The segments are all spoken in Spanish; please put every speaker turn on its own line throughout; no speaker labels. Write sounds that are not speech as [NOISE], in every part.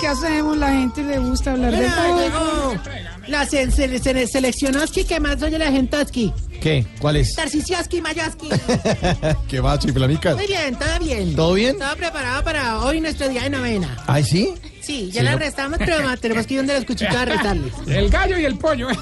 ¿qué hacemos? La gente le gusta hablar de todo.
Claro. La se, se, se- seleccionoski que más oye la gente aquí.
¿Qué? ¿Cuál es?
Tarcisiaski, Mayaski.
[LAUGHS] ¿Qué va, chiflamicas?
Muy bien, todo bien.
¿Todo bien?
Estaba preparado para hoy nuestro día de novena.
¿Ay, sí?
Sí, ya la restamos, pero más tenemos que ir donde los cuchitos a restarles.
El gallo y el pollo. ¿eh?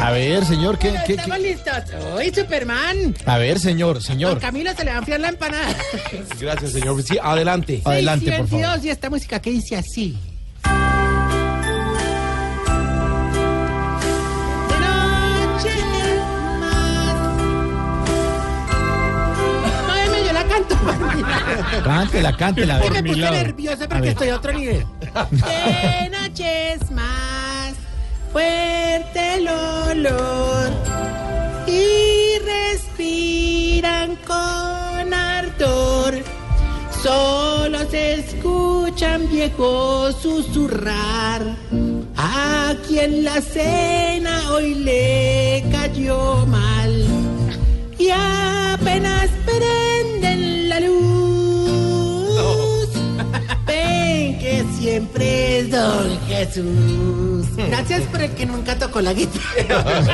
A ver, señor, ¿qué? qué,
Estamos
qué?
listos. Hoy Superman.
A ver, señor,
Don
señor.
Camilo se le va a enfriar la empanada.
Gracias, señor. Sí, adelante.
Adelante, por favor.
622, y esta música que dice así. De noche más. Óyeme, yo la canto. [LAUGHS]
Cántela, cántela. a
Ay,
ver.
me puse nerviosa porque estoy a otro nivel. De noches más fuerte el olor y respiran con ardor. Solo se escuchan viejos susurrar. A quien la cena hoy le cayó mal y apenas prenden la luz. Ven que siempre es Don Jesús. Gracias por el que nunca tocó la guitarra.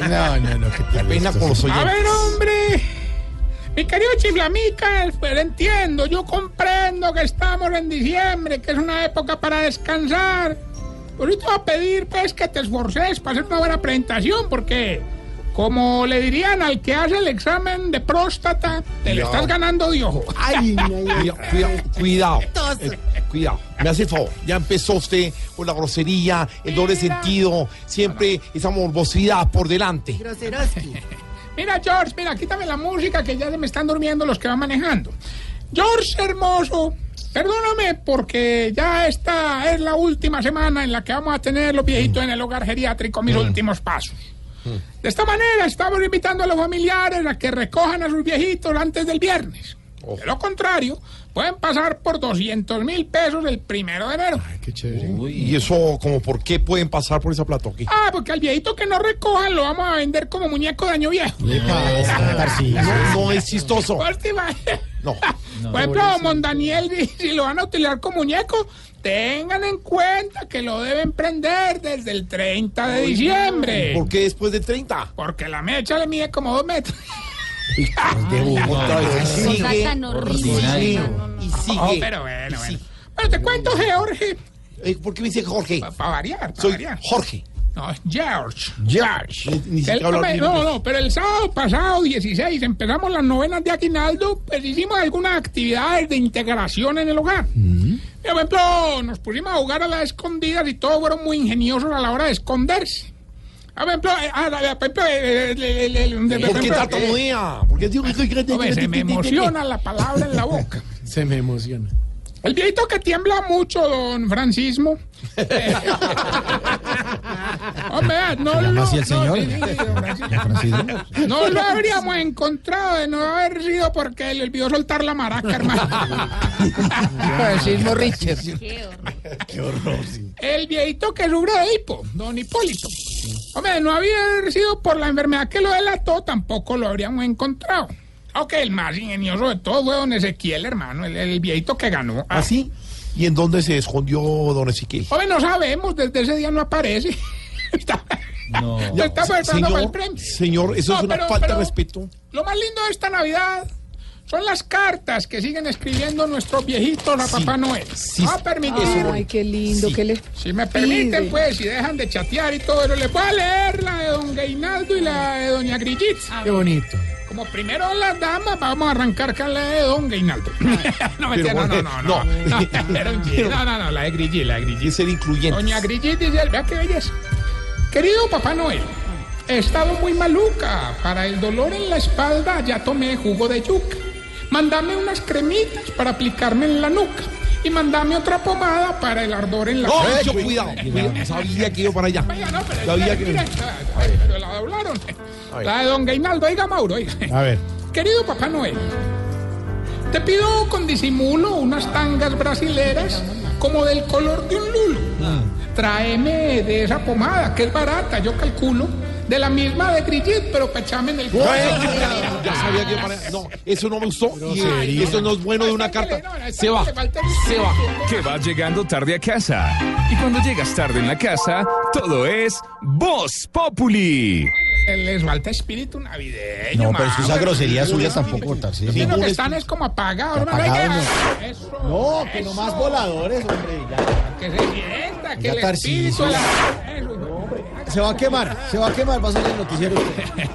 No, Ah, no, no, qué tal
Pena
esto,
con los
A
oyentes.
ver, hombre. Mi querido Chiflamicas, pues lo entiendo, yo comprendo que estamos en diciembre, que es una época para descansar. Por eso te voy a pedir, pues, que te esforces para hacer una buena presentación, porque, como le dirían al que hace el examen de próstata, te le
Ya.
estás ganando de ojo.
Ay, ay, ay.
Cuida- cuida- Cuidado.
Tos.
Eh, Cuidado. Me hace el favor. Ya empezó usted con la grosería, el doble sentido. Siempre esa morbosidad por delante.
Groseroski.
Mira, George, mira, quítame la música que ya se me están durmiendo los que van manejando. George hermoso, perdóname porque ya esta es la última semana en la que vamos a tener los viejitos en el hogar geriátrico mis últimos pasos. De esta manera estamos invitando a los familiares a que recojan a sus viejitos antes del viernes. De lo contrario, pueden pasar por 200 mil pesos el primero de enero.
Uy, Y eso, como por qué pueden pasar por esa plato aquí.
Ah, porque al viejito que no recojan lo vamos a vender como muñeco de año viejo.
¿Qué pasa, Tarcisio?
No, no es chistoso.
Última.
No.
[LAUGHS] Por ejemplo, Mondaniel, si- si lo van a utilizar como muñeco, tengan en cuenta que lo deben prender desde el 30 de diciembre.
¿Por qué después del 30?
Porque la mecha le mide como dos metros.
Otra vez.
Cosa
Sigue,
tan horrible.
sigue,
No, no, no.
y sigue.
Oh, [LAUGHS] pero bueno,
y
bueno.
sigue.
Pero te cuento, George,
Eh, ¿Por qué me dice Jorge?
para variar, para
Soy
variar.
Jorge.
No, es George.
George. Ni- ni siquiera
El-
hablar ni
no,
inglés.
no, pero el sábado pasado, 16, empezamos las novenas de Aguinaldo, pues hicimos algunas actividades de integración en el hogar. Por ejemplo, nos pusimos a jugar a las escondidas y todos fueron muy ingeniosos a la hora de esconderse. Ah, Por ejemplo, eh, ah, ah, por ejemplo, eh, el- el- el- el- por
¿Por qué
ejemplo, eh,
tartamudea? ¿Por qué digo
hombre, se me emociona la palabra en la boca.
Se me emociona.
El viejito que tiembla mucho, don Francismo.
[LAUGHS]
Eh, hombre, ah, no lo...
llama así el
no,
señor?
sí, sí, sí, don Francismo.
Don Francisco.
No lo habríamos encontrado de no haber sido porque le olvidó soltar la maraca, hermano.
Francismo Richard.
Qué horror.
El viejito que sufre de hipo, don Hipólito. Hombre, de no haber sido por la enfermedad que lo delató, tampoco lo habríamos encontrado. Aunque el más ingenioso de todos fue don Ezequiel, hermano, el, el viejito que ganó. Ah,
¿Así? ¿Y en dónde se escondió Don Ezequiel?
Hombre, no sabemos, desde ese día no aparece. [LAUGHS] Está-
No.
Yo estaba esperando para el
Señor,
premio.
señor, eso
No,
es una
pero-
falta
pero-
de respeto.
Lo más lindo de esta Navidad son las cartas que siguen escribiendo nuestros viejitos a
Sí,
Papá Noel.
sí,
Va a permitir,
Ay,
qué lindo,
qué
le.
si me permiten,
pide.
pues, si dejan de chatear y todo, pero les voy a leer la de don Gainaldo y la de doña Grillitza.
Qué bonito.
Como primero las damas, vamos a arrancar con la de don Gainaldo. [LAUGHS] no, mentira, no, no,
Jorge,
no, no, no,
no.
era un chiste. no, no, no, la de Grillitza, la de Grillitza.
Y es ser incluyente.
Doña Grillitza dice, vea qué belleza. Querido Papá Noel, he estado muy maluca. Para el dolor en la espalda ya tomé jugo de yuca. Mandame unas cremitas para aplicarme en la nuca. Y mandame otra pomada para el ardor en la
No,
cara.
yo, cuidado, cuidado, Sabía que iba para allá.
Oiga, no, pero
Sabía
espere,
que.
mire, ay, pero la doblaron.
A ver.
La de don Gainaldo, oiga Mauro, oiga.
A ver.
Querido Papá Noel, te pido con disimulo unas tangas brasileras como del
Mm.
color de un lulo. Tráeme de esa pomada que es barata, yo calculo. de la misma de Grillit, pero cachamen del
No,
culo.
ya, ya sabía que para- No, eso no me gustó. y, eh, eso no es bueno de una carta. Se va. Se va.
que vas llegando tarde a casa. Y cuando llegas tarde en la casa, todo es Voz Populi.
Les falta espíritu navideño.
No, pero
mano.
si usa groserías suyas tampoco, Tarcisio.
Sí, lo
Ningún
que están es como apagados, hermano.
Apagados,
Oiga, eso, eso.
voladores, hombre. ya.
Que se sienta, que
Ya,
el espíritu
Tarcisio.
de la- eso, no.
Se va a quemar, se va a quemar, va a salir el noticiero.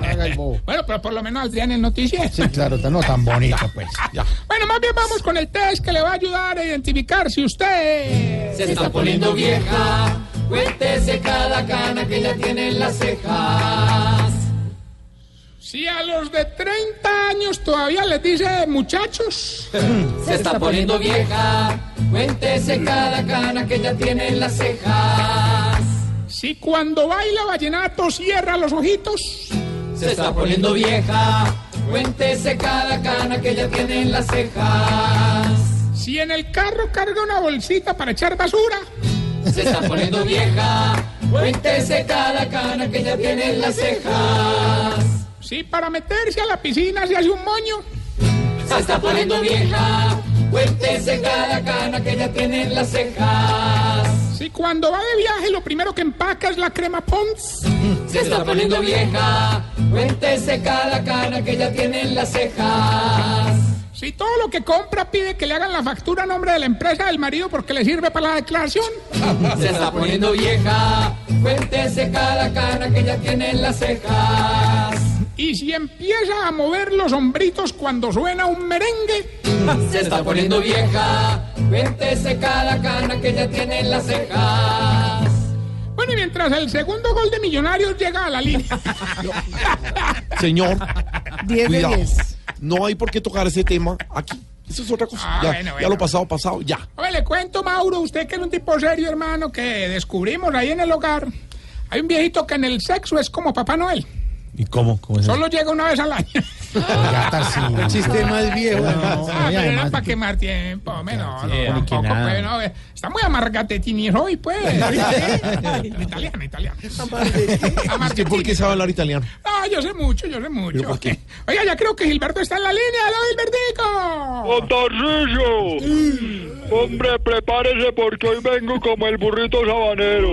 Haga el bobo.
Bueno, pero por lo menos Adrián en noticias.
Sí, claro, no tan bonito, pues.
Ya.
Bueno, más bien vamos con el test que le va a ayudar a identificar si usted...
Se está poniendo vieja, cuéntese cada cana que ya tiene en las cejas.
Si a los de 30 años todavía les dice muchachos...
Se está poniendo vieja, cuéntese cada cana que ya tiene en las cejas.
Si cuando baila vallenato cierra los ojitos...
Se está poniendo vieja, cuéntese cada cana que ya tiene en las cejas.
Si en el carro carga una bolsita para echar basura...
Se está poniendo vieja, cuéntese cada cana que ya tiene en las cejas.
Si para meterse a la piscina se hace un moño...
Se está poniendo vieja, cuéntese cada cana que ya tiene en las cejas.
Si cuando va de viaje lo primero que empaca es la crema Pons...
Se está poniendo vieja, cuéntese cada cana que ya tiene en las cejas.
Si todo lo que compra pide que le hagan la factura a nombre de la empresa del marido porque le sirve para la declaración.
Se está poniendo vieja, cuéntese cada cana que ya tiene en las cejas.
Y si empieza a mover los hombritos cuando suena un merengue.
Se está poniendo vieja, cuéntese cada cana que ya tiene en las cejas.
Bueno, y mientras el segundo gol de Millonarios llega a la línea. [LAUGHS]
Señor,
10 de
cuidado.
10.
No hay por qué tocar ese tema aquí. Eso es otra cosa.
Ah,
Ya,
bueno,
ya
bueno.
lo pasado, pasado, ya.
A ver, le cuento, Mauro, usted que es un tipo serio, hermano, que descubrimos ahí en el hogar. Hay un viejito que en el sexo es como Papá Noel.
¿Y cómo? ¿Cómo es
Solo llega una vez al año.
Ya, Tarcisio. El chiste más viejo. además.
Ah,
Y
pero era
además,
para quemar tiempo. hombre, No, no,
sí,
tampoco,
ni que nada.
pues, no, eh, Está muy amargatetini hoy, pues. italiano, italiano. [LAUGHS]
Es que, ¿Por qué sabe hablar italiano?
No, yo sé mucho, yo sé mucho.
por qué?
Oiga, ya creo que Gilberto está en la línea.
Oh.
¡Aló, Gilbertico!
¡Tarcillo! Hombre, prepárese porque hoy vengo como el burrito sabanero.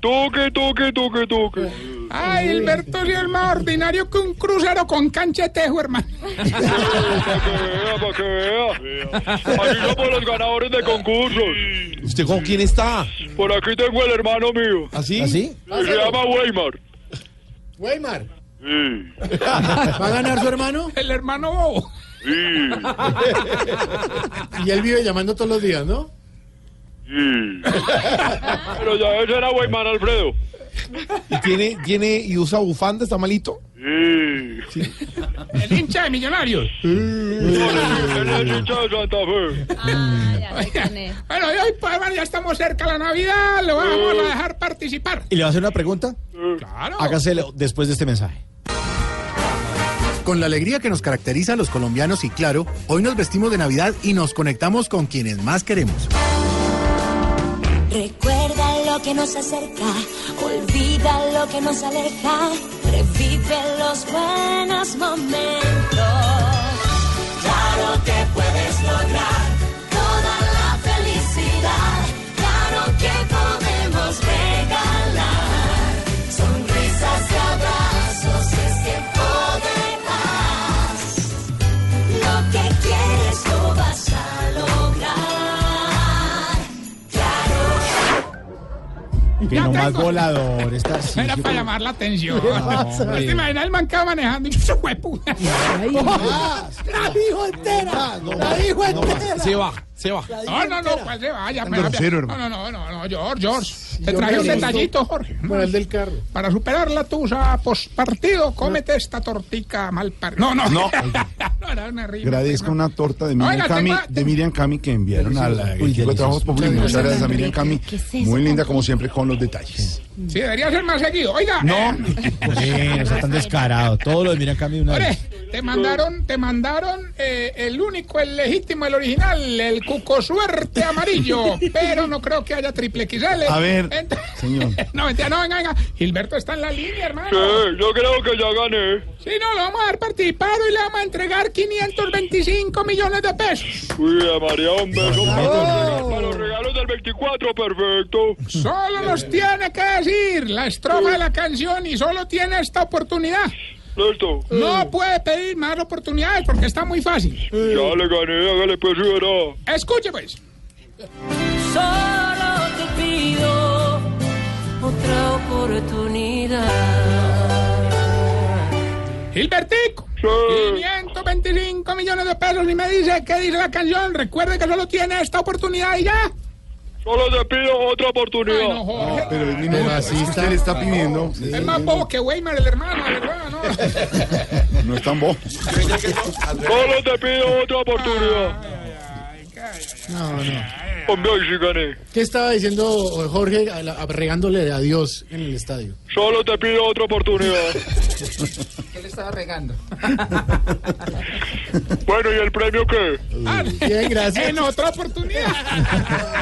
Tuque, tuque, tuque, tuque.
Ay, Gilberto sí es más ordinario que un crucero con cancha de tejo, hermano. [LAUGHS]
Para que vea, para que vea. Aquí somos los ganadores de concursos.
¿Usted con quién está? ¿Ah,
Por aquí tengo el hermano mío.
¿Así?
¿Así?
Se llama Weimar.
¿Ah, Weimar,
Sí,
¿va a ganar su hermano?
El hermano bobo.
sí,
[LAUGHS] Y él vive llamando todos los días, ¿no?
sí. Pero ya ese era Weimar, Alfredo.
¿Y tiene, tiene, y usa bufanda, está malito?
Sí.
El hincha de millonarios.
Él es hincha de Santa Fe.
Bueno, y hoy, pues, hermano, ya estamos cerca de la Navidad. Lo vamos a dejar participar.
Y le va a hacer una pregunta.
Claro.
Hágaselo después de este mensaje.
Con la alegría que nos caracteriza a los colombianos y claro, hoy nos vestimos de Navidad y nos conectamos con quienes más queremos.
Recuerda lo que nos acerca, olvida lo que nos aleja, revive los buenos momentos. Claro que puedes lograr toda la felicidad, claro que podemos regalar sonrisas y abrazos, es tiempo de paz. Lo que quieres lo vas a lograr. Claro.
Que
Ya
nomás
tengo.
volador. Está
Era para llamar la atención. No te imaginas el man que [LAUGHS] va manejando y ¡Su hueputa!
La dijo entera. La dijo
No más. Se
entera.
va, se va.
No, no, no, pues se vaya. pues,
grosero,
no, no,
hermano.
no, no, no, George, George. Te traje un
George.
detallito, Jorge.
Bueno, el del carro.
Para superar la tusa postpartido, cómete esta tortica mal parida. No, no. No, [LAUGHS] no era una rima.
Agradezco una torta de
Oiga,
Miriam, Cami,
tengo-
de Miriam Cami que enviaron al
Delicioso.
equipo
Uy,
de
delicioso.
Trabajos Públicos. Muchas gracias a Miriam Cami.
¿Qué es eso
Muy
tan
linda, como
rico?
siempre, con los detalles.
Sí, debería ser más seguido. Oiga,
No,
eh,
sí, no sea tan descarado. Todos los miran cambio una
Ore,
vez.
te mandaron, te mandaron eh, el único, el legítimo, el original, el cuco suerte amarillo. pero no creo que haya triple XL.
A ver,
Ent-
señor.
[LAUGHS] no, mentira, no, venga, venga. Gilberto está en la línea, hermano.
Sí, yo creo que ya gané.
Sí, no, le vamos a dar participado y le vamos a entregar 525 millones de pesos.
Uy, a María, un beso para los regalos- para los regalos del 24, perfecto.
Solo nos tiene que decir la estrofa de la canción y solo tiene esta oportunidad.
Listo.
No puede pedir más oportunidades porque está muy fácil.
Ya le gané, hágale pues, verá.
Escuche, pues.
Solo te pido otra oportunidad.
Gilbertico. 525 millones de pesos y me dice qué dice la canción. Recuerde que solo tiene esta oportunidad y ya.
Solo te pido otra oportunidad.
No, Jorge.
Pero es mi usted le está pidiendo. Sí,
es más bobo que Weimar, el hermano, la verdad,
[LAUGHS]
¿no?
No es tan bobo.
Solo te pido otra
Ah.
oportunidad.
No, no.
Hombre, hoy sí gané.
¿Qué estaba diciendo Jorge a la- a- regándole a Dios en el estadio?
Solo te pido
[LAUGHS]
otra oportunidad.
¿Qué le estaba regando?
Bueno, ¿y el premio qué?
Bien, gracias.
En otra oportunidad.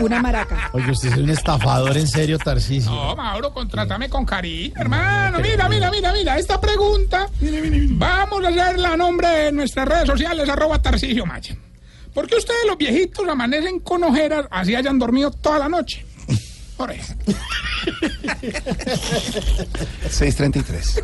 Una maraca.
Oye, usted es un estafador en serio, Tarcisio.
No, Mauro, contrátame con cariño, hermano. Mira, mira, mira, mira. Esta pregunta vamos a hacerla a nombre de nuestras redes sociales, arroba Tarcisio Maya. ¿Por qué ustedes los viejitos amanecen con ojeras así hayan dormido toda la noche? Jorge.
633.